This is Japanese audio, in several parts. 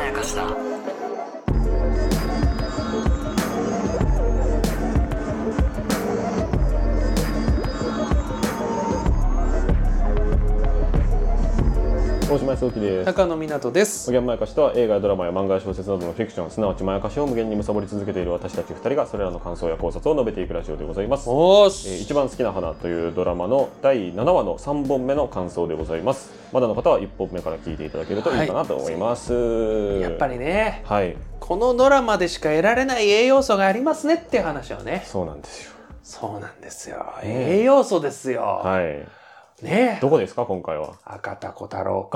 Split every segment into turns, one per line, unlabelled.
やかしだ
大島康之です。
中野湊です
無限まやかしとは映画やドラマや漫画や小説などのフィクション、すなわちまやかしを無限に貪り続けている私たち二人がそれらの感想や考察を述べていくラジオでございます。
おー
えー
し
一番好きな花というドラマの第7話の3本目の感想でございます。まだの方は1本目から聞いていただけるといいかなと思います。
やっぱ。りね
はい、
このドラマでしか得られない栄養素がありますねっていう話をね
そうなんですよ。
そうなんですよ
ええ
栄養素ですよ、
はい。
ね
どこですか、今回は。
赤田小太郎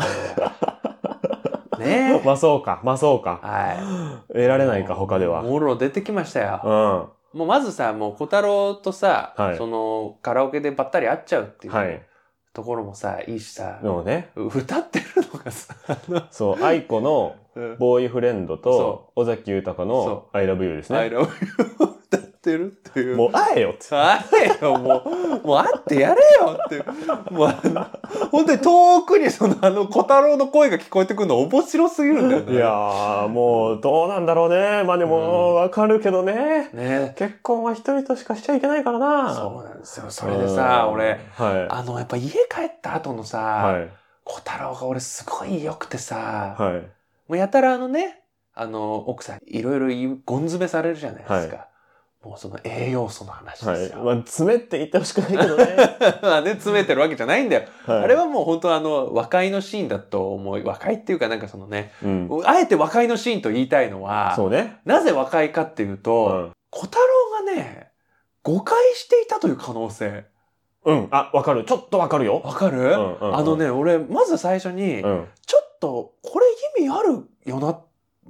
君ね
まあそうか、まあそうか。
は
得られないいか、他では。
もろ出てきました
う
よ、
ん。
もうまずさもう小太郎とさ、
はい
そのカラオケでばったり会っちゃうっていう、
はい。
ところもさいいしさ
で、もね、
歌ってるのがさ、
そう、愛子の
うん
ボーイフレンドと
そ
尾崎豊の
そ
「ILOVEYOU」です
I
ね。
love you 歌ってるっていう
もう会えよって。
あれよもうもう会ってやれよってもうあの本当に遠くにそのあの小太郎の声が聞こえてくるの面白すぎるんだよね。
いやーもうどうなんだろうね。まあでもわかるけどね。
ね
結婚は一人としかしちゃいけないからな。
そうなんですよそれでさ
うん
俺。
は
あのやっぱ家帰った後のさ、
い。はい。
小太郎が俺すごい良くてさ、
はい。
もうやたらあのねあの奥さんいろいろ言うゴン詰めされるじゃないですか、もうその栄養素の話
は
です
い。
よ。
まあ詰めって言ってほしくないけどね。
まあね詰めてるわけじゃないんだよ。
はい
あれはもう本当あの和解のシーンだと思い和解っていうかなんかそのね
うん。
あえて和解のシーンと言いたいのは、
そうね。
なぜ和解かっていう
う
と、
ん。
小太郎がね、誤解していたという可能性。
うん。あ、わかる。ちょっとわかるよ。
わかる、
うんうんうん
あのね、俺、まず最初に、
うん。
ちょっと、これ意味あるよな、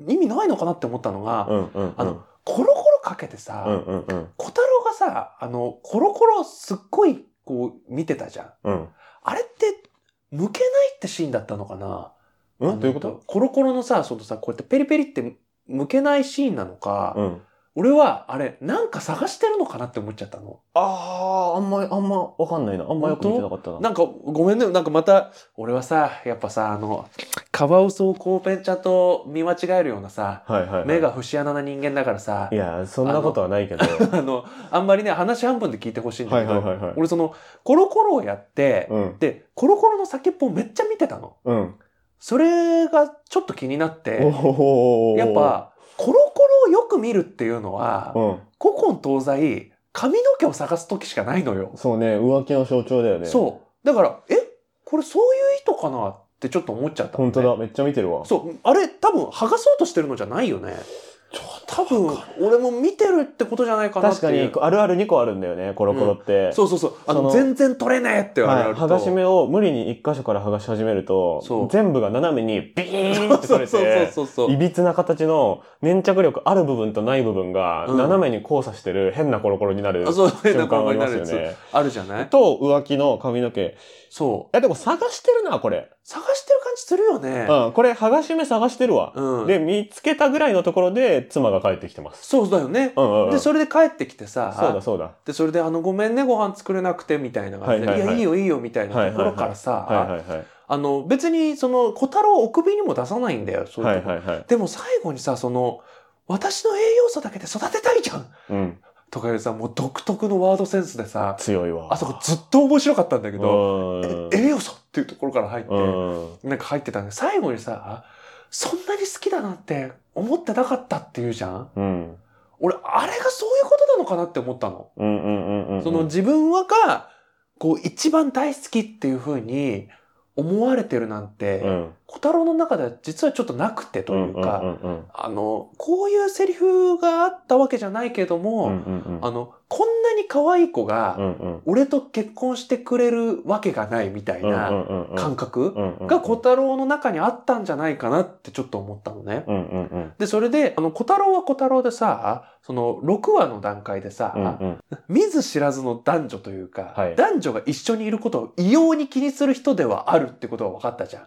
意味ないのかなって思ったのが、
うんうん。
あの、コロコロかけてさ、
うんうんうん。
小太郎がさ、あの、コロコロすっごい、こう、見てたじゃん。
うん。
あれって、向けないってシーンだったのかな
う
あの
んどういうこと
コロコロのさ、そのさ、こうやってペリペリって向けないシーンなのか、
うん。
俺はあれなんか探してるのかなって思っちゃったの
あー、あんまり、あんまわかんないな。あんまよく見てなかったな。
なんかごめんねなんかまた俺はさやっぱさあのカワウソをコウペンちゃんと見間違えるようなさ
はいはい、はい。
目が節穴な人間だからさ
いや、そんなことはないけど。
あのあんまりね話半分で聞いてほしいんだけど、
いは。
俺そのコロコロをやって、
うん。
でコロコロの先っぽをめっちゃ見てたの
うん。
それがちょっと気になって
おー
やっ、ぱコロコロをよく見るっていうのは
うん。
古今東西髪の毛を探す時しかないのよ
そうね、浮気の象徴だよね。う。
そう。だから、えこれそういう意図かなってちょっと思っちゃった、
本当。だ、めっちゃ見てるわ。
そう。あれ、多分、剥がそうとしてるのじゃないよね。
ちょっ
多分、俺も見てるってことじゃないかなっ
確
て
か
い
に
う。、
あるある2個あるんだよね、コロコロって。
そうそうそう。あの、
その
全然取れねえって言われ
は
る
い。
と。
剥がし目を無理に1箇所から剥がし始める
そ
と
う、
全部が斜めにビーンって
そ
取
う
れ
そう
て、
そうそうそ。
いうびつな形の粘着力ある部分とない部分が
うん
斜めに交差してる変なコロコロになる
あそう変な
瞬
コロ
間
コ
があ
ロ
りま
にな
す
る
よ
やつ
ね。
あるじゃない
と浮気の髪の毛。
そう。
え、でも探してるな、これ。
探してる感じするよね。
うん、これ、剥がし目探してるわ。
うん。
で、見つけたぐらいのところで、妻が帰ってきてます。
そうだよね。
うんうん、うん。
で、
そう
それで帰ってきてさ、
だ、そうだ。
で、それで、あの、ごめんね、ご飯作れなくて、みたいな感じで、
はい
い
はいはい
や、いいよ、いいよ、みたいなところからさ、
はいはいはい。
あの、別に、その、小太郎をお首にも出さないんだよ、そう
は
いう
い
とこ
はいはい。
でも最後にさ、その、私の栄養素だけで育てたいじゃん
うん。
とかいうさ、もう独特のワードセンスでさ、
強いわ。
あそこずっと面白かったんだけど、
うん。
栄養素っていうところから入
うん。
って、なんか入ってたんで、最後にさ、そんなに好きだなんて思ってなかったっていうじゃん
うん。
俺、あれがそういうことなのかなって思ったの。
うんうんうんうんうん。
その自分はが、こう、一番大好きっていう風に思われてるなんて、
うん、
小太郎の中では実はちょっとなくてというか、
うんうん
あの、こういうセリフがあったわけじゃないけども、
うんうんうん。
あの、こんなに可愛い子が、
うんうん
俺と結婚してくれるわけがないみたい
うんう
なん
うんうん。
感覚
うんうん
が小太郎の中にあったんじゃないかなってちょっと思ったのね。
うんうんうん。
で、それで、あの、小太郎は小太郎でさ、その、6話の段階でさ、
うんうん。
見ず知らずの男女というか、
はい
男女が一緒にいることを異様に気にする人ではあるってことが分かったじゃん。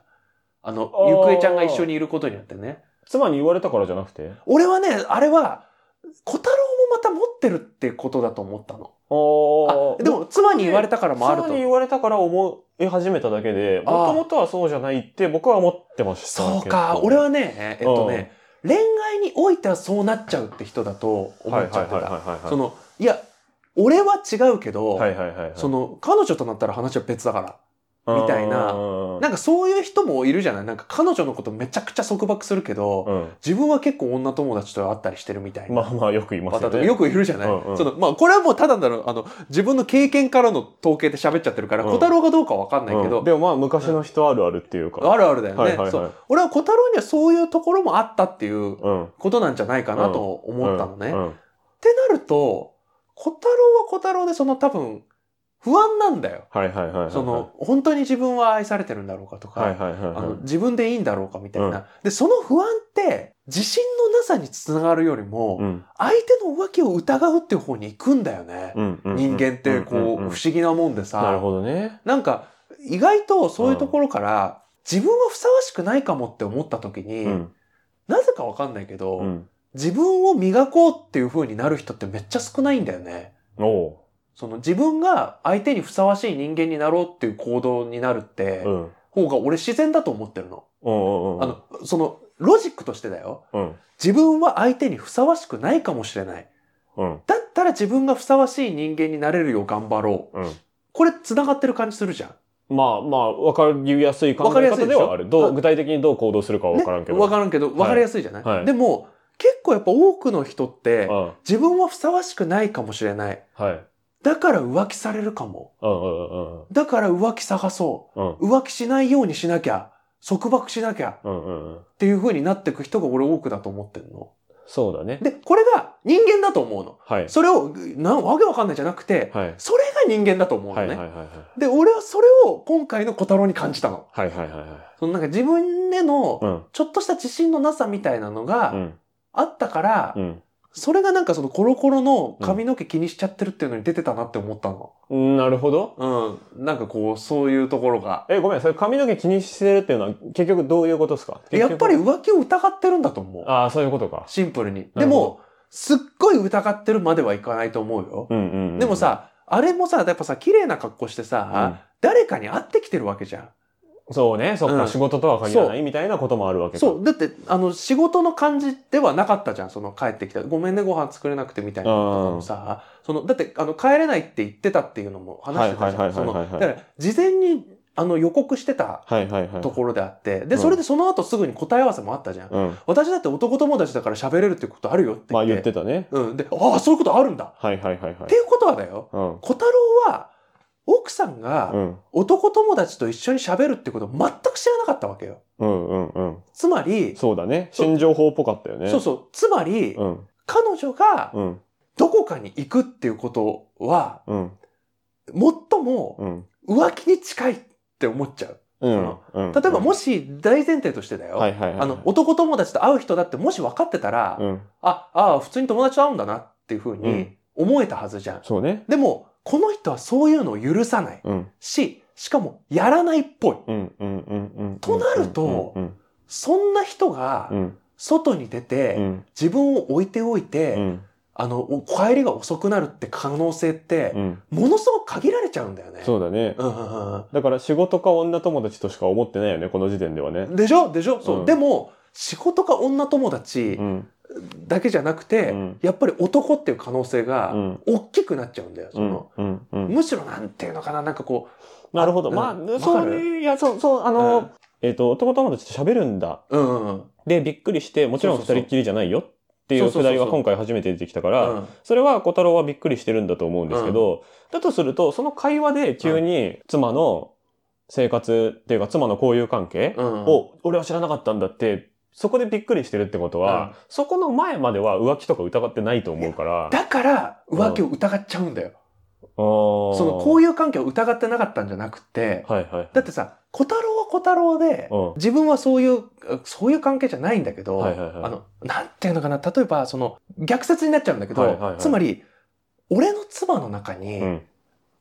あの、
あー
ゆくえちゃんが一緒にいることによってね。
妻に言われたからじゃなくて
俺はね、あれは、小太郎もま方持ってるってことだと思ったの。
お
あでも妻に言われたからもあると
妻に。言われたから思い始めただけで、
あ
も
あ
ともとはそうじゃないって僕は思ってました。
そう
結
か、
構
俺、はね、えっとね、恋愛においてはそうなっちゃうって人だと
うん、
思っちゃって
はいはい
た。
はいはいはい。
その、いや、俺は違うけど、
はいはいはいはい、
その、彼女となったら話は別だから。みたいな
うん
なんかそういう人もいるじゃないなんか彼女のことめちゃくちゃ束縛するけど、
う
自分は結構女友達と会ったりしてるみたい
ん、
な。
まあまあよく言います
方
よ
とか
ね。
よくいるじゃない、
うんうん
そのまあ、これはもうただだろうあの自分の経験からの統計で喋っちゃってるから、
うん
小太郎がどうかわかんないけ
う
ど
ん、でもまあ昔の人あるあるっていうか。
あるあるだよね、
はいはいはい
そう俺は小太郎にはそういうところもあったっていう
うん。
ことなんじゃないかなと思ったのね。
う
っ
ん
てなると小太郎は小太郎でその多分不安なんだよ。
はいはいはいはい。
その本当に自分は愛されてるんだろうかとか、
はいはいはいはい。
あの自分でいいんだろうかみたいな、
うん
でその不安って自信のなさにつながるよりも、
うん
相手の浮気を疑うっていう方に行くんだよね、
うんうん
人間ってこう,、
んんん
不思議なもんでさ
なるほどね。
なんか意外とそういうところから、自分はふさわしくないかもって思った時に、
うん
なぜかわかんないけど、
うん。
自分を磨こうっていう風になる人ってめっちゃ少ないんだよね。
おう。
その自分が相手にふさわしい人間になろうっていう行動になるって、
うん。うん
方が俺自然だと思ってるの。
うんうん。
あの、その、ロジックとしてだよ。
うん。
自分は相手にふさわしくないかもしれない。
うん。
だったら自分がふさわしい人間になれるよう頑張ろう。
うん。
これ繋がってる感じするじゃん。
まあまあ、わかりやすい考
わかり
え
やす
方
いで
で
しょ
はある。ど
う
うん具体的にどう行動するかはわからんけど。
ね、わからんけど、わかりやすいじゃない、
はいはい
でも、結構やっぱ多くの人って、
うん。
自分はふさわしくないかもしれない。
はい。
だから浮気されるかも。
うんうんうんうん。
だから浮気探そ
うん。
う。浮気しないようにしなきゃ。束縛しなきゃ。
うんうんうん。
っていう風になってく人が俺多くだと思ってるの。
そうだね。
で、これが人間だと思うの。
はい。
それを、なんわけわかんないじゃなくて、
はい。
それが人間だと思うの
はい
ね。
はいはいはい。
で、俺はそれを今回の小太郎に感じたの。
はいはいはいはい。
そのなんか自分への
うん。
ちょっとした自信のなさみたいなの
う
が
ん。
あったから、
うん。
それがなんかそのコロコロの髪の毛気にしちゃってるっていうのに出てたなって思ったの。
うんなるほど。
うん。なんかこう、そういうところが。
え、ごめん、それ髪の毛気にしてるっていうのは結局どういうことですか
やっぱり
結局
浮気を疑ってるんだと思う。
ああ、そういうことか。
シンプル
な
に。で
るほ
も、すっごい疑ってるまではいかないと思うよ。
うんうん、うん。
でも、さ、あれもさ、やっぱさ、綺麗な格好してさ、誰かに会ってきてるわけじゃん。
うんそうね、そっか、
うん
仕事とは限らないみたいなこともあるわけか。
そう。だって、あの、仕事の感じではなかったじゃん。その、帰ってきた。ごめんね、ご飯作れなくてみたいなのとかもさ。その、だって、あの、帰れないって言ってたっていうのも話してたじ
は
ゃ
いはい
ん。そ
はい
の、
はいはい
だから、事前に、あの、予告してた
はいはいはい。
ところであって。
う
で、
ん
それでその後すぐに答え合わせもあったじゃん。
うん。
私だって男友達だから喋れるってことあるよって
ま
言
あ
って。
言ってたね。
うん。で、ああ、そういうことあるんだ。
はいはいはいはい
って。いうことはだよ。
うん。
小太郎は、奥さん
う
が
ん。
男友達と一緒に喋るってことを全く知らなかったわけよ。
うんうんうん。
つまり、
そうだね。
そう
新情報っぽかったよね。
そうそう。つまり、
うん。
彼女が
うん。
どこかに行くっていうことは、
うん。
最も
うん。
浮気に近いって思っちゃう。
うん。うん。
例えばも
し、
し大前提としてだよ。
はいはいはい。
あの、男友達と会う人だってもし分かってたら、
うん。
あ、ああ、普通に友達と会うんだなっていうふう
う
に
ん
思えたはずじゃん。
そうね。
でも、この人はそういうのを許さない
うん。
し、しかもやらないっぽい。
うんうんうんうん。
となると
うん。
そんな人が
うん。
外に出
う
て
ん。
自分を置いておいて、
うん。
あの、お帰りが遅くなるって可能性って
う、ん。
ものすごく限られちゃうんだよね。
そうだね。
うんうんうん
だから仕事か女友達としか思ってないよね、この時点ではね
う。んでしょでしょそう、
うん
でも、仕事か女友達
うん。
だけじゃなくて、
うん
やっぱり男っていう可能性
う
が、
ん。
大きくなっちゃうんだよ。そ
うん
の、
うん。うん。
むしろなんていうのかな、なんかこ
なるほど。
うん
まあ、
わかる
そうね。いや、そう、そう、あ
う、
の、えっ、と、男友達と喋るんだ。
うん、うんうん
で、びっくりして、もちろん
そ
二
うそうそ
人
う
っきりじゃないよっていう
そ
く
うそ
だ
うそう
り
そ
は
う
今回初めて出てきたか
う
ら、
ん。
それは小太郎はびっくりしてるんだと思うんですけど、だとすると、その会話で急に妻の生活っていうか妻の交友関係
うんうん
を、俺は知らなかったんだって、そこでびっくりしてるってことは、
うん
そこの前までは浮気とか疑ってないと思うから、
だから、浮気を疑っちゃうんだよ。
そ
その交友関係を疑ってなかったんじゃなくて、
はいはいはい。
だってさ、小太郎は小太郎で、
うん
自分はそういう、そういう関係じゃないんだけど、
はいはいはい
あの、なんていうのかな、例えば、その、逆説になっちゃうんだけど、
はいはいはい
つまり、俺の妻の中に、
うん。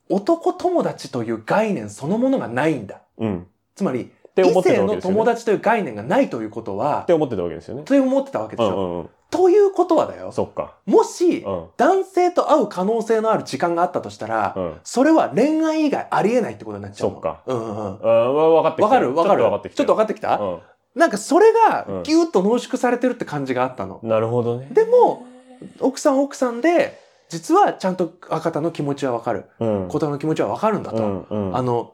男友達という概念そのものがないんだ。
うん。っ
つまり、
て思
異
って
性
たわけ
の
ですよ、ね。
友
っ
達という概念がないということは
て、思ってたわけですよね。
という思ってたわけで
う
し
ん
ょ、
うんうん。
ということはだよ。
そっか。
もし
う、ん。
男性と会う可能性のある時間があったとしたら、
うん。
それは恋愛以外ありえないってことになっちゃうの。
そっか。
うんうんうん。
あーわわかってき
わ
た。
かるわかる
ちょっとわかってき
ちょ
た。
っとわかってきた、
うん
なんかそれ
う
が
ん
ギュッと濃縮されてるって感じがあったの。
なるほどね。
でも、奥さん奥さんで、実はちゃんと赤田の気持ちはわかる。
うん。
小田の気持ちはわかるんだと。
うんうん
あの、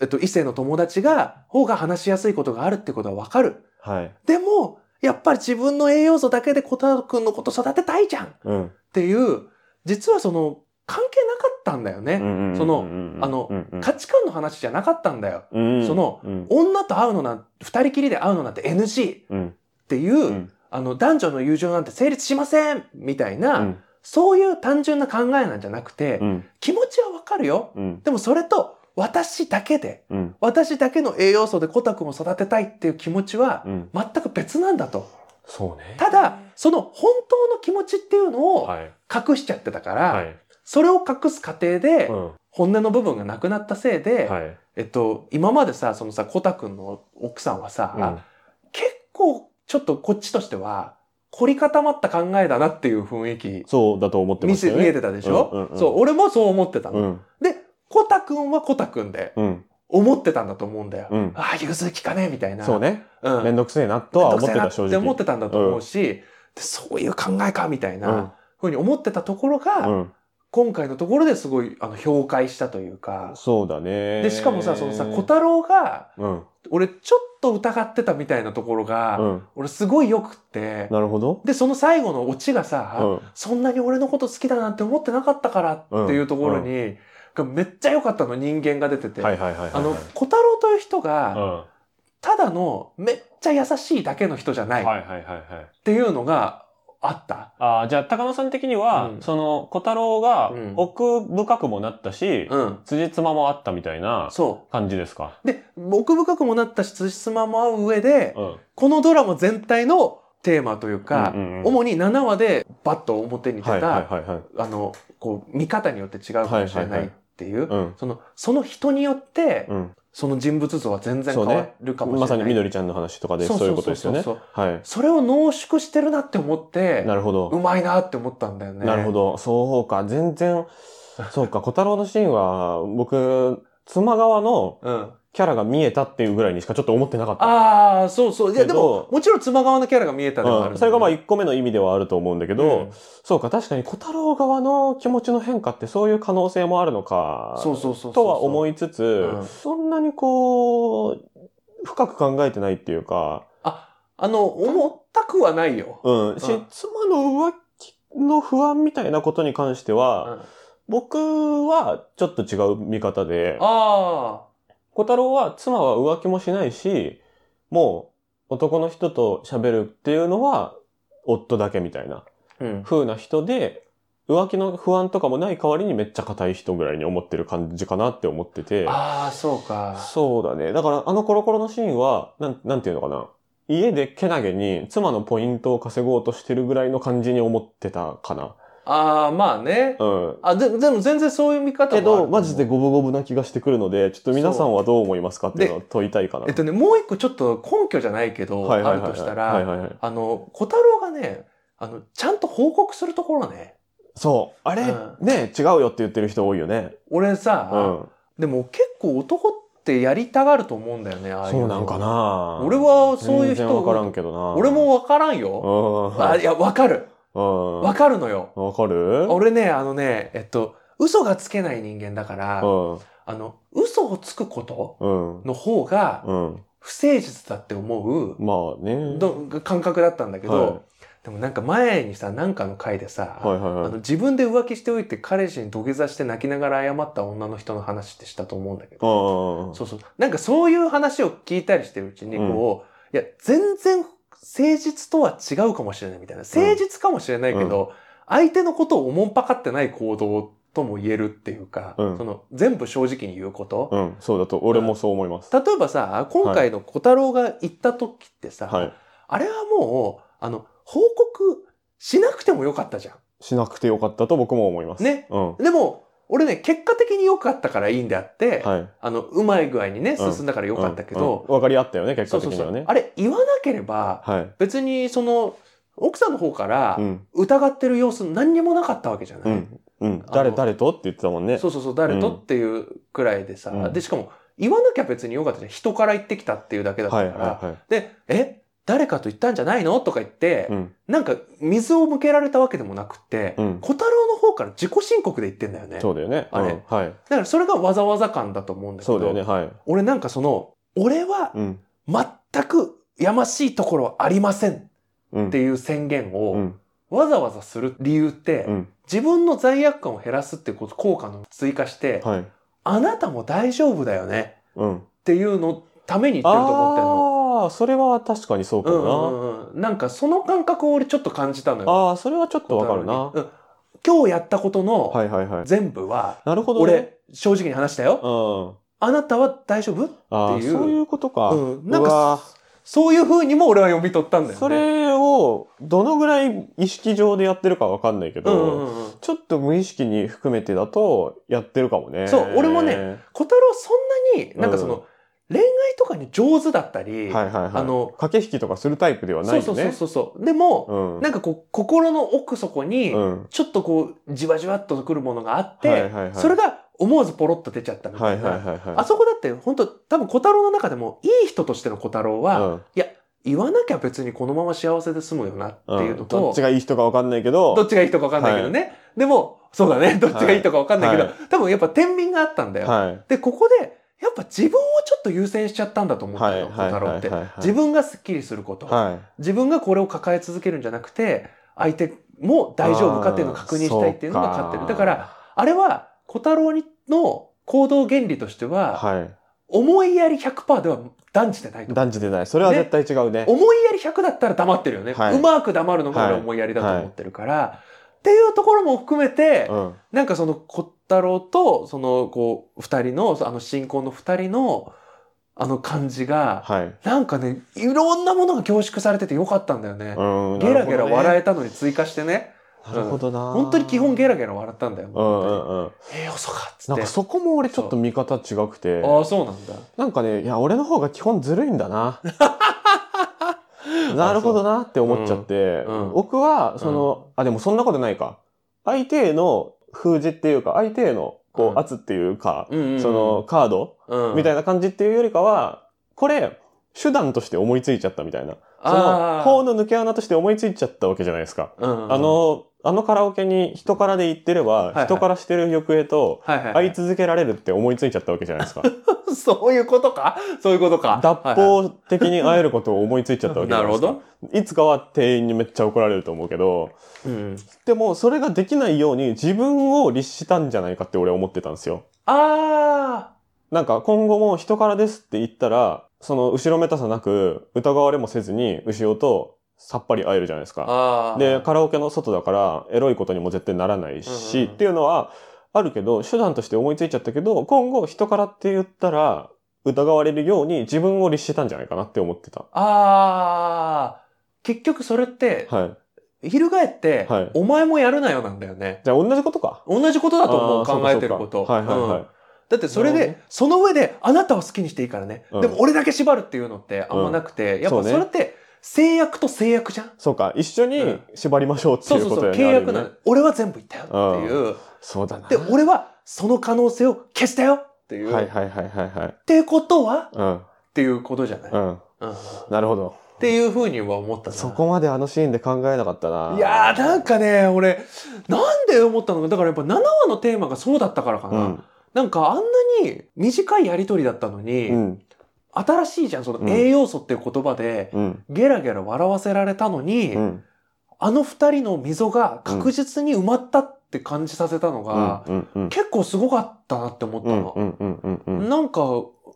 えっと、異性の友達が、方が話しやすいことがあるってことはわかる。
はい。
でも、やっぱり自分の栄養素だけで小田君のこと育てたいじゃんっ
うん。
ていう、実はその、関係なかったんだよね。そのあの価
の、
値観の話じゃなかったんだよ。その
うん、
女と会うのなん、二人きりで会うのなんて NG っ
うん、
ていう、
ん
あの、男女の友情なんて成立しませんみたいな、
うん
そういう単純な考えなんじゃなくて、
うん、
気持ちはわかるよ。
うん、
でもそれと、私だけで、
うん、
私だけの栄養素でコタくんを育てたいっていう気持ちは
うん、
全く別なんだと。
そうね。
ただ、その本当の気持ちっていうのを
はい、
隠しちゃってたから、
はい、
それを隠す過程で
う、ん、
本音の部分がなくなったせいで、
はい、
えっと、今までさ、そのさ、コタくんの奥さんはさ、結構ちょっとこっちとしては、凝り固まった考えだなっていう雰囲気、
そうだと思って
見
ます
せ
よ
見え
ね。
てたでしょ、
うんうんうん
そう、俺もそう思ってたの。
うん、
で、コタくんはコタくんで、
うん、
思ってたんだと思うんだよ。
うん。
ああ、融通きかねえみたいな。
そうね。
うん。
めんどくせえなとは思って
めんど
た、
くせ
正
えなって
直。
思ってたんだと思うし、でそういう考えかみたいな、ふうに思ってたところ
う
が、
ん、うん、
今回のところですごい、あの、評価したというか、
そうだね。
で、しかもさ、そのさ、小太郎が、
うん、
俺ちょっと疑ってたみたいなところが、
うん、
俺すごい良くって、
なるほど。
で、その最後のオチが
う
さ、
ん、
そんなに俺のこと好きだなんて思ってなかったからっていうところに、がめっちゃ良かったの、人間が出てて。
はいはいはいはいはい。
あの、小太郎という人
うん、
が、
は
ただのめっちゃ優しいだけの人じゃないい
はい
っ
はいはい。
ていうのがあった。
ああ、じゃあ、高野さん的には、
うん
その、小太郎が
うん、
奥深くもなったし、
うん。
辻褄もあったみたいな
そ
感じですか。
う。で、奥深くもなったし、つじつまも合う上で、
うん。
このドラマ全体のテーマというか
う、んうんうん
主に7話でバッと表に出た、
はいはいはいはい。
あの、こう、見方によって違うかもしれないっていう、
うん。
その、その人によって、
うん。
その人物像は全然
そうね
変わるかもしれな
ま
い。
さに緑ちゃんの話とかで
そう
そ
そ
い
ううそうう
ことですよね
そうそう。
はい。
それを濃縮してるなって思って、
なるほ
う
ど。
まいなって思ったんだよね。
なるほど。そうか。全 然、そうか。小太郎のシーンは、僕、妻側の
うん。
キャラが見えたっていうぐらいにしかちょっと思ってなかった。
ああ、そうそう。いや、
け
で
ど
も、もちろん妻側のキャラが見えたでもあ
う
る
ん、それがまあ
い
1個目の意味ではあると思うんだけ
け
ど、、そうか、確かに小太郎側の気持ちの変化ってそういう可能性もあるのか、
そうそうそうそう。
とは思
い、
いつつ、
うん
そんなにこう、深く考えてないっていうか、
あの、思ったくはないよ。
うん。し、
うん
妻の浮気の不安みたいなことに関して
うん
は、
あ
僕はちょっと違う見方で、
あ
小太郎は妻は浮気もしないし、もう男の人と喋るっていうのは夫だけみたいな
ー。うん。
風な人で、浮気の不安とかもない代わりにめっちゃ硬い人ぐらいに思ってる感じかなって思ってて。
ああ、そうか。
そうだね。だから、あのコロコロのシーンは、なん、なんていうのかな。家でけなげに妻のポイントを稼ごうとしてるぐらいの感じに思ってたかな。
ああ、まあね。
うん。
あ、ででも全然そういう見方もあ
け
ると思
ど、
う
マジで。五分五分な気がしてくるので、ちょっと皆さんはどう思いますかっていうのを問いたいかな。
えっとね、もう一個ちょっと根拠じゃないけど、
はいはいはいは
あ
い。
るとし
は
た
い
ら、
はいはい。
あの、小太郎がね、あの、ちゃんと報告するところね。
そう。あれ、
うん
ね、違うよって言ってる人多いよね。
俺
う
さ、
ん。
でも結構男ってやりたがると思うんだよね、ああいう
そう
の
なんかな
俺はそうい
全
う人
然わからんけどな
俺。もわからんよ。あ、
う
いや、わかる。
ん。
わかるのよ。
うん。わかる
俺ね、あのね、えっと、嘘がつけない人間だから
う、ん。
あの、嘘をつくこと
うん。
の方が
うん。
不誠実だって思う、
まあね。
ど感覚だったんだけ
はい
ど、でもなんか前にさ、なんかの回で
はい
さ、
はい
あ
はい
の。自分で浮気しておいて彼氏に土下座して泣きながら謝った女の人の話ってしたと思うんだけど、
あ
そうそう。なんかそういう話を聞いたりしてるうちに、こう、いや、全然誠実とは違うかもしれないみたいな。誠実かもしれないけど、相手のことをおもんぱかってない行動とも言えるっていうか、
うん
その全部正直に言うこと。
あ。うん、そうだと、俺もそう思います。
例えばさ、今回の小太郎が行った時ってさ、
はい。
あれはもう、あの、報告しなくてもよかったじゃ
しなくてよかったと僕も思います。
ん。ね。
うん。は
でも、俺ね、結果的に良かったからいいんであって、
い。よ
あの、うまい具合にね、進んだから良かったけど、
わかり合ったよね、結
そ
果
うそ
的
う
には
そう
ね。
あれ言わなければ
はい。
別にその奥さんの方から
うん。
疑ってる様子何にもなかったわけじゃな
う
い。
ん。うん。
あ
誰、
の
誰とって言ってたもんね。
そうそうそう、誰とっていうくらいでさ、
うん
で、しかも言わなきゃ別によかったじゃん。人から言ってきたっていうだけだった
は
か
い
ら。
はいはい。
で、え誰かと言ったんじゃないのとか言って、
うん。
なんか水を向けられたわけでもなくて、
うん
小太郎の方から自己申告で言ってんだよね。
そうだよね。
あれ
うんはい。
だからそれがわざわざ感だと思うんだけど、
そうだよね。はい。
俺なんかその、俺は
うん。
全くやましいところはありませんっ
うん。
ていう宣言
う
を
ん。
わざわざする理由って、
うん。
自分の罪悪感を減らすっていうこと効果の追加して、
はい。
あなたも大丈夫だよね
うん。
っていうのために言ってると思ってんの。
ああ、それは確かにそう
う
か
んう
も
んうん、なんかその感覚を俺ちょっと感じたのよ。
な。ああ、それはちょっとわかるな。
うん今日やったことの
はいはいはい。
全部は、
なるほどね。
俺、正直に話したよ。
うん。
あなたは大丈夫
あ
っ
あ、
ていう
そういうことか。
うんなんか
うわ
そういう風にも俺は読み取ったんだよね。
それをどのぐらい意識上でやってるかわかんないけ
う
ど、
んうんうんうん、
ちょっと無意識に含めてだとやってるかもね。
そう俺もね。小太郎そんなに、なんかその、
う
恋愛とかに上手だったり、
はいはいはい。
あの、
駆け引きとかするタイプではない
そ
よ
う
ね。
そうそうそうそう。でも、
うん。
なんかこう、心の奥底に、
うん。
ちょっとこう、じわじわっとくるものがあって、
はいはいはい
それが思わずポロッと出ちゃったみ
は
た
い
いな。
はいはいはい。
あそこだって、本当多分小太郎の中でも、いい人としての小太郎は、
うん
言わなきゃ別にこのまま幸せで済むよなっていうのと、
どっちがいい人かわかんないけど、
どっちがいい人か分かんないけどね。でも、そうだね。どっちがいい人か分かんないけど、
はい
多分やっぱ天秤があったんだよ。
はい。
で、ここで、やっぱ自分をちょっと優先しちゃったんだと思った
はい
よ、小
はい
太郎って
はいはいはい。
自分がスッキリすること、
はい。
自分がこれを抱え続けるんじゃなくて、相手も大丈夫かっていうのを確認したいっていうのが勝ってる。
あー
だから、、あれは、小太郎にの行動原理として
そう
は、
かは
思いやり100%では断じてない
い。
と思う。
断じてない。それは絶対違うね。
思いやり100だったら黙ってるよね。
はいう
まく黙るのが俺は思いやりだと思ってるから、っていうところも含めて、
うん。
なんかその小太郎と、その、こう、二人の、あの新婚の二人の、あの感じが、
はい。
なんかね、いろんなものが凝縮されててよかったんだよね。
うん。
ゲラゲラ笑
え。
えたのに追加してね、
なるほどな。
本当に基本ゲ
ラ。
ラゲラ笑ったんだよ。
うんうんうん。
えー、遅かっつ
な
っ
ん
て。
かそこも俺ちょっと見方違くて。
ああ、そうなんだ。
なんかね、いや、俺の方が基本ずるいんだ な。なるほどなって思っちゃって、
うんうん
僕は、その、あ、でもそんなことないか。相手への封じっていうか、相手へのこ
うん
う圧っていうか、
うんうんうん
そのカード
うん
みたいな感じっていうよりかは、これ、手段として思いついちゃったみたいな。そ
あ
の、
ー
法の抜け穴として思いついちゃったわけじゃないですか。
うんうん
あ、の、あのカラオケに人からで行ってれば、
いはい
人からしてる行方と、
はいはい、は
会
い
い続けられるって思いついちゃったわけじゃないですか。
そういうことかそういうことか。
脱法的に会えることを思いついちゃったわけじゃないですか。
なる
いつかは店員にめっちゃ怒られると思うけど、
うん、
でもそれができないように自分を律したんじゃないかって俺は思ってたんですよ。
あ
なんか今後も人からですって言ったら、その後ろめたさなく疑われもせずに後ろとさっぱり会えるじゃないです
ー
か。
あー。
で、カラオケの外だからエロいことにも絶対ならないし、
うんうんうん
っていうのはあるけど、手段として思いついちゃったけど、今後人からって言ったら疑われるように自分を律したんじゃないかなって思ってた。
ああ。結局それって、
はい。
翻って、
はい
お前もやるなよなんだよね。
じゃあ同じことか。
同じことだと
あー
思う、考えてるこ
そ
と。
うかそうかはいはいはい
うんだってそれ
なるほ
で、
ど
その上で、あなたを好きにしていいからね。
うん
でも俺だけ縛るっていうのってあんまなくて、やっぱ
そうね
それって制約と制約じゃん
そうか、一緒に縛りましょうって
そう
いう
そう
こ
そ
とや
う、
ね。
契約な
あ
の
る。
俺は全部言ったよっていう。
そうだな。
で、俺はその可能性を消したよっていう。
はい
っ
はいはいはいはい。
てことは
う
っていうことじゃない、
ん、うん。
うんっ
なるほど。
ていうふうには思ったな
そこまであのシーンで考えなかったな。
いやー、なん
か、
かね、俺、なんで思ったのか、だからやっぱ7話のテーマがそうだったからか
う
な。
ん。
なんかあんなに短いやりとりだったのに、
うん。
新しいじゃん、その栄養素っていう言葉で、
うん。
ゲラゲラ笑わせられたのに、
うん。
あの二人の溝が確実に埋まったって感じさせたの
う
が
ん、。うん。うん。
結構すごかったなって思った
うん。
の。
うん。うん。うん。
なんか、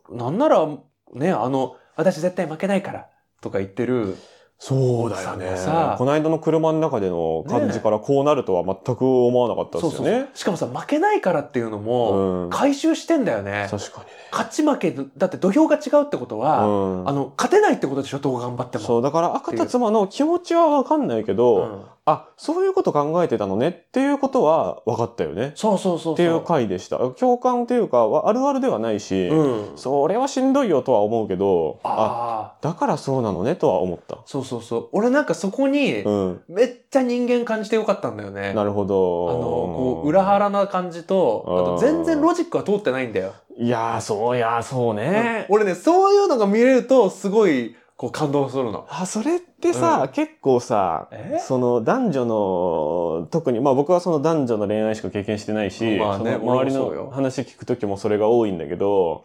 なんなら、ね、あの、私絶対負けないから、とか言ってる。
そうだよね
さ。
この間の車の中での感じからこうなるとは全く思わなかった
そ
で
う
す
そ
よ
う
ね。
しかもさ、負けないからっていうのも、
うん。
回収してんだよね。
確かにね。
勝ち負け、だって土俵が違うってことは、
うん
あの、勝てないってことでしょ、どう頑張っても。
そう、だから赤田妻の気持ちはわかんないけど、
うん
あ、そういうこと考えてたのねっていうことは分かったよね。
そうそうそうそう。
っていう回でした。共感というか、わあるあるではないし、
うん。
それはしんどいよとは思うけど、あ、
ああ、
だからそうなのねとは思った。
そうそうそう。俺なんかそこに、
うん。
めっちゃ人間感じてよかったんだよね。
なるほ
あ
ど。
の、こう、裏腹な感じと、あと全然ロジックは通ってないんだよ。
いやー、そういやー、そうね。
俺ね、そういうのが見れると、すごい、こう、感動するの。
あ、それってさ、結構さ
え、
その男女の、特に、まあ僕はその男女の恋愛しか経験してないし、
まあね
その周り
俺もそうよ
の話聞くときもそれが多いんだけど、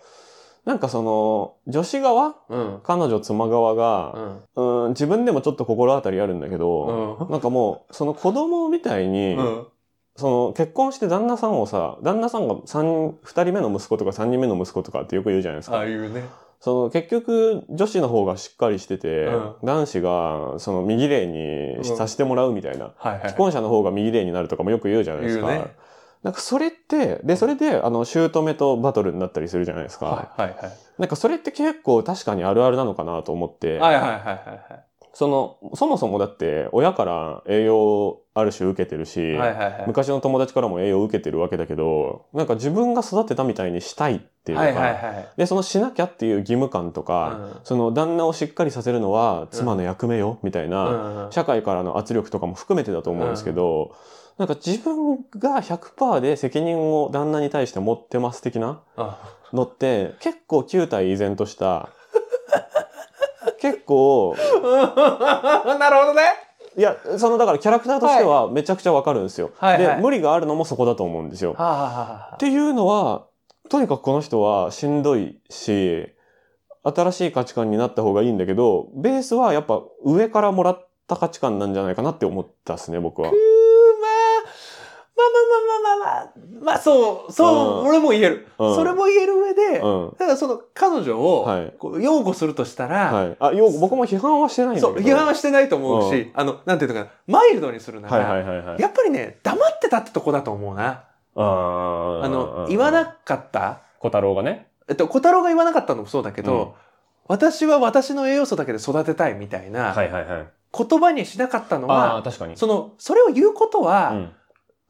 なんかその、女子側
うん。
彼女妻側
う
が、
ん。
うん、自分でもちょっと心当たりあるんだけ
う
ど、
ん。
なんかもう、その子供みたいに、
うん。
その結婚して旦那さんをさ、旦那さんが三二人目の息子とか三人目の息子とかってよく言うじゃないです
あ
か
あ。いうね。
その結局女子の方がしっかりしてて、
うん
男子がその右例にさせてもらうみたいな、
はいはい
既。婚者の方が右例になるとかもよく言うじゃないですか。
言うね
なんかそれって、で、それで、あの、姑とバトルになったりするじゃないですか。
はいはいはい。
なんかそれって結構確かにあるあるなのかなと思って、
はいはいはいは
その、そもそもだって親から栄養をある種受けてるし、
い。はいはいはい。
昔の友達からも栄養を受けてるわけだけど、なんか自分が育てたみたいにしたいっていうか、
はいはいはい。
で、そのしなきゃっていう義務感とか、
う
その旦那をしっかりさせるのは妻の役目よ、みたい
んう
な、
んうん
社会からの圧力とかも含めてだと思うんですけど、なんか自分が100%で責任を旦那に対して持ってます的な
あ
のって、結構9体依然と した、結構、
うん なるほどね。
いや、そのだからキャラクターとしてはめちゃくちゃわかるんですよ。
はいはい
で、無理があるのもそこだと思うんですよ。
はあはあは
っ
あ
ていうのは、とにかくこの人はしんどいし、新しい価値観になった方がいいんだけど、ベースはやっぱ上からもらった価値観なんじゃないかなって思ったっすね、僕は
うー。まあ、まあまあまあまあまあ、まあそう、そう、
うん
俺も言える。
うん
それも言える上で、
うん。
だからその彼女
はい
をこう擁護するとしたら、
はい。あ、よう僕も批判はしてないんだけ
そ
ど。
う、批判はしてないと思うし、
う
あの、なんていうのかな、マイルドにするなら、
はいはいはいはい。
やっぱりね、黙ってたってとこだと思うな。
あ
あの、言わなかった、
小太郎がね。
えっと、小太郎が言わなかったのもそうだけど、私は私の栄養素だけで育てたいみたいな、
いはいはい。
言葉にしなかったの
あ
は、
あ、確かに。
その、それを言うこと
う
は、
ん。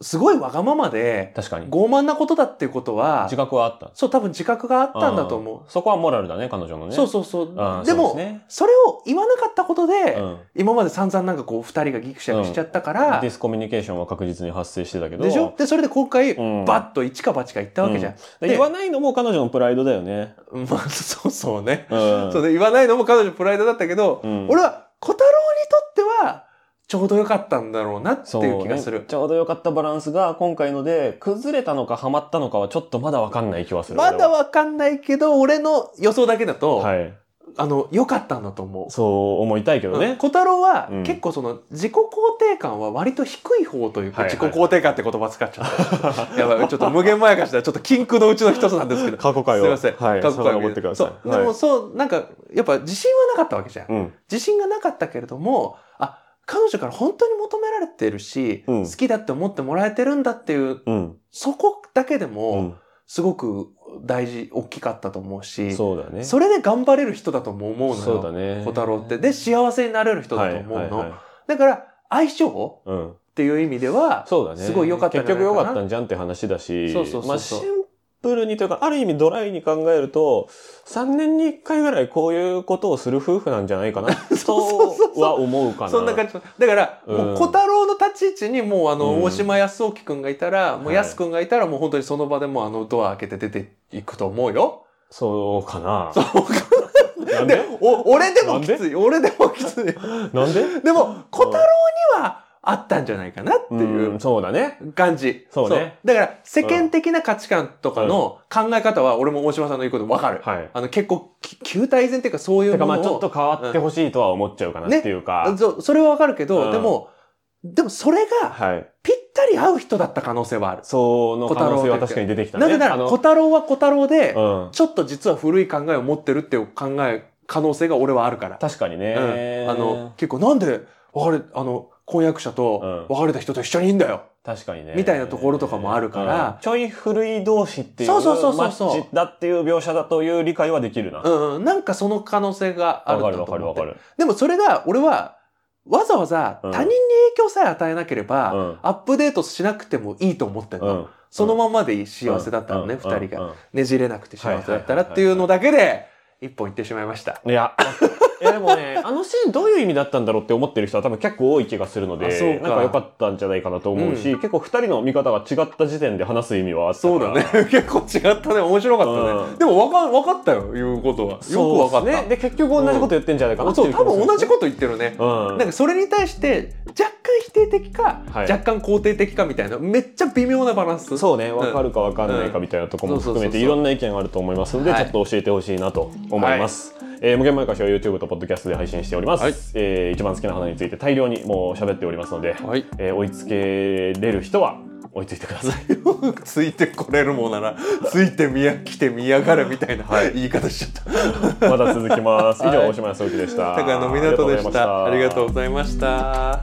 すごいわがままで、
確かに。
傲慢なことだっていうことは
自、覚はあった。
そう、多分自覚があったんだと思
そこはモラルだね、彼女の
う。
ね。
そう
う。
そうそう。
で
で
も
も、、それを言わなかったことで、
うん。
今まで散々なんかこう、二人がギクシャクしちゃったから、
ディスコミュニケーションは確実に発生してたけど。
でしょで、それで今回、
うん
バッと一か八か言ったわけじゃん。
で
で
言わないのも彼女のプライドだよね。
まあ、そうそうね。
うん
そうね、言わないのも彼女のプライドだったけど、
うん
俺は、小太郎にとっては、ちょうど良かったんだろうなって
そう
いう気がす
ね
る。
ちょうど良かったバランスが今回ので崩れたのかハマったのかはちょっとまだわかんない気はする。
まだわかんないけど、俺の予想だけだと、
俺ははい。
あの、良かったんだと思う。
そう思いたいけど
うん
ね。
小太郎は、
うん
結構その自己肯定感は割と低い方というか、
はいはいはい
自己肯定感って言葉使っちゃ った。やばい、ちょっと無限まやかしだ。ちょっと禁句のうちの一つなんですけど。
過去回を
すいません。
はい
過去回を
遡ってくだ
そ。
さいうは
で
い
もそう、なんか、やっぱ自信はなかったわけじゃん。
うん。
自信がなかったけれども、あ、彼女から本当に求められてるし、
うん
好きだって思ってもらえてるんだっていう、
うん。
そこだけで
う
も、
ん。
すごく大事、大きかったと思うし、
そうだね。
それで頑張れる人だとも思うのよ。
そうだね。
小太郎って。で、幸せになれる人だと思うの。
はいはいはい
だから、相性
うん。
っていう意味では、
そうだね。
すごい良かったん
結
じゃな
局
い
良
かな
かったんじゃんって話だし。
そうそうそうそう
まあシンプルにというか、ある意味ドライに考えると、3年に1回ぐらいこういうことをする夫婦なんじゃないかな、
そうそうそう
とは思うかな。
そんな感じの。だから、
うん
もう小太郎の立ち位置にもうあの、
うん
大島康興くんがいたら、も
は
う
い
康くんがいたら、もう本当にその場でもうあのドア開けて出ていくと思うよ。
そうかな。
そう
なん
で
で
お俺でもきつい。俺でもきつい。
なんで
でも、小太郎にはあったんじゃないかなっていう
うんそうだね。
う感じ。
そうね
だから、世間的な価値観とかの考え方は、俺も大島さんの言うことわかる。
はい。
あの、結構、き旧体前っていうかそういう
てか
も
ま
の
あ
を。
ちょっと変わってほしいとは思っちゃうかな
ね
っていうか。
そそれはわかるけど、
うん
でも、でもそれが
はい。
ぴったり合う人だった可能性はある。
その可
小太郎
能性は確かに出てきたね。
なぜなら、
あの
小太郎は小太郎で、
うん。
ちょっと実は古い考えを持ってるっていう考え、可能性が俺はあるから。
確かにね。
うんあの、、結構なんで、別れ、あの、婚約者と
う
別れた人と一緒にいいんだよ。
確かにね。
みたいなところとかもあるから
うんちょい古い同士っていう。
そうそうそうそうそう
マッチだっていう描写だという理解はできるな。わ
うん、うん、なんかその可能性があるん
かる
だと
わかる
思
わ
って
かる。
でもそれが俺はわざわざ他人に影響さえ与えなければ、
うん
アップデートしなくてもいいと思ってんの、
うん
そのままでいい幸せだったのね、
うん
二人
うん
が
うん
ねじれなくて幸せだったらっていうのだけで一本言ってしまいました。
いや、 いやでもね、あのシーンどういう意味だったんだろうって思ってる人は多分結構多い気がするので、
あそう
なん
か
か良かったんじゃないかなと思うし、結構二人の見方が違った時点で話す意味はあったから
そうだね。 結構違ったね。面白かったね。
うん
でもわか、わかったよ。言うことは。よくわか
そう
っ
です
た。
ね。で、結局同じこと言ってんじゃないかなってい
そうう、
気もす
多
る
分同じこと言ってるね。
うん。
なんかそれに対して若干否定的か、
はい
若干肯定的かみたいなめっちゃ微妙なバランス
そうね、わかるかわかんないかみたいなところも含めて
うん
いろんな意見があると思いますので、
は
ち
い
ょっと教えてほしいなと思います。えー無限前歌詞は YouTube と Podcast で配信しております。
はい
えー一番好きな花について大量にもう喋っておりますので、
はい
えー追いつけれる人は追いついてくだ さい。
ついてこれるもん ならついてみや来てみやがれみたいな言い方しちゃった
まだ続きます。以上、
はい
大島康之でした。
高野湊斗でしたありがとう
う
ございました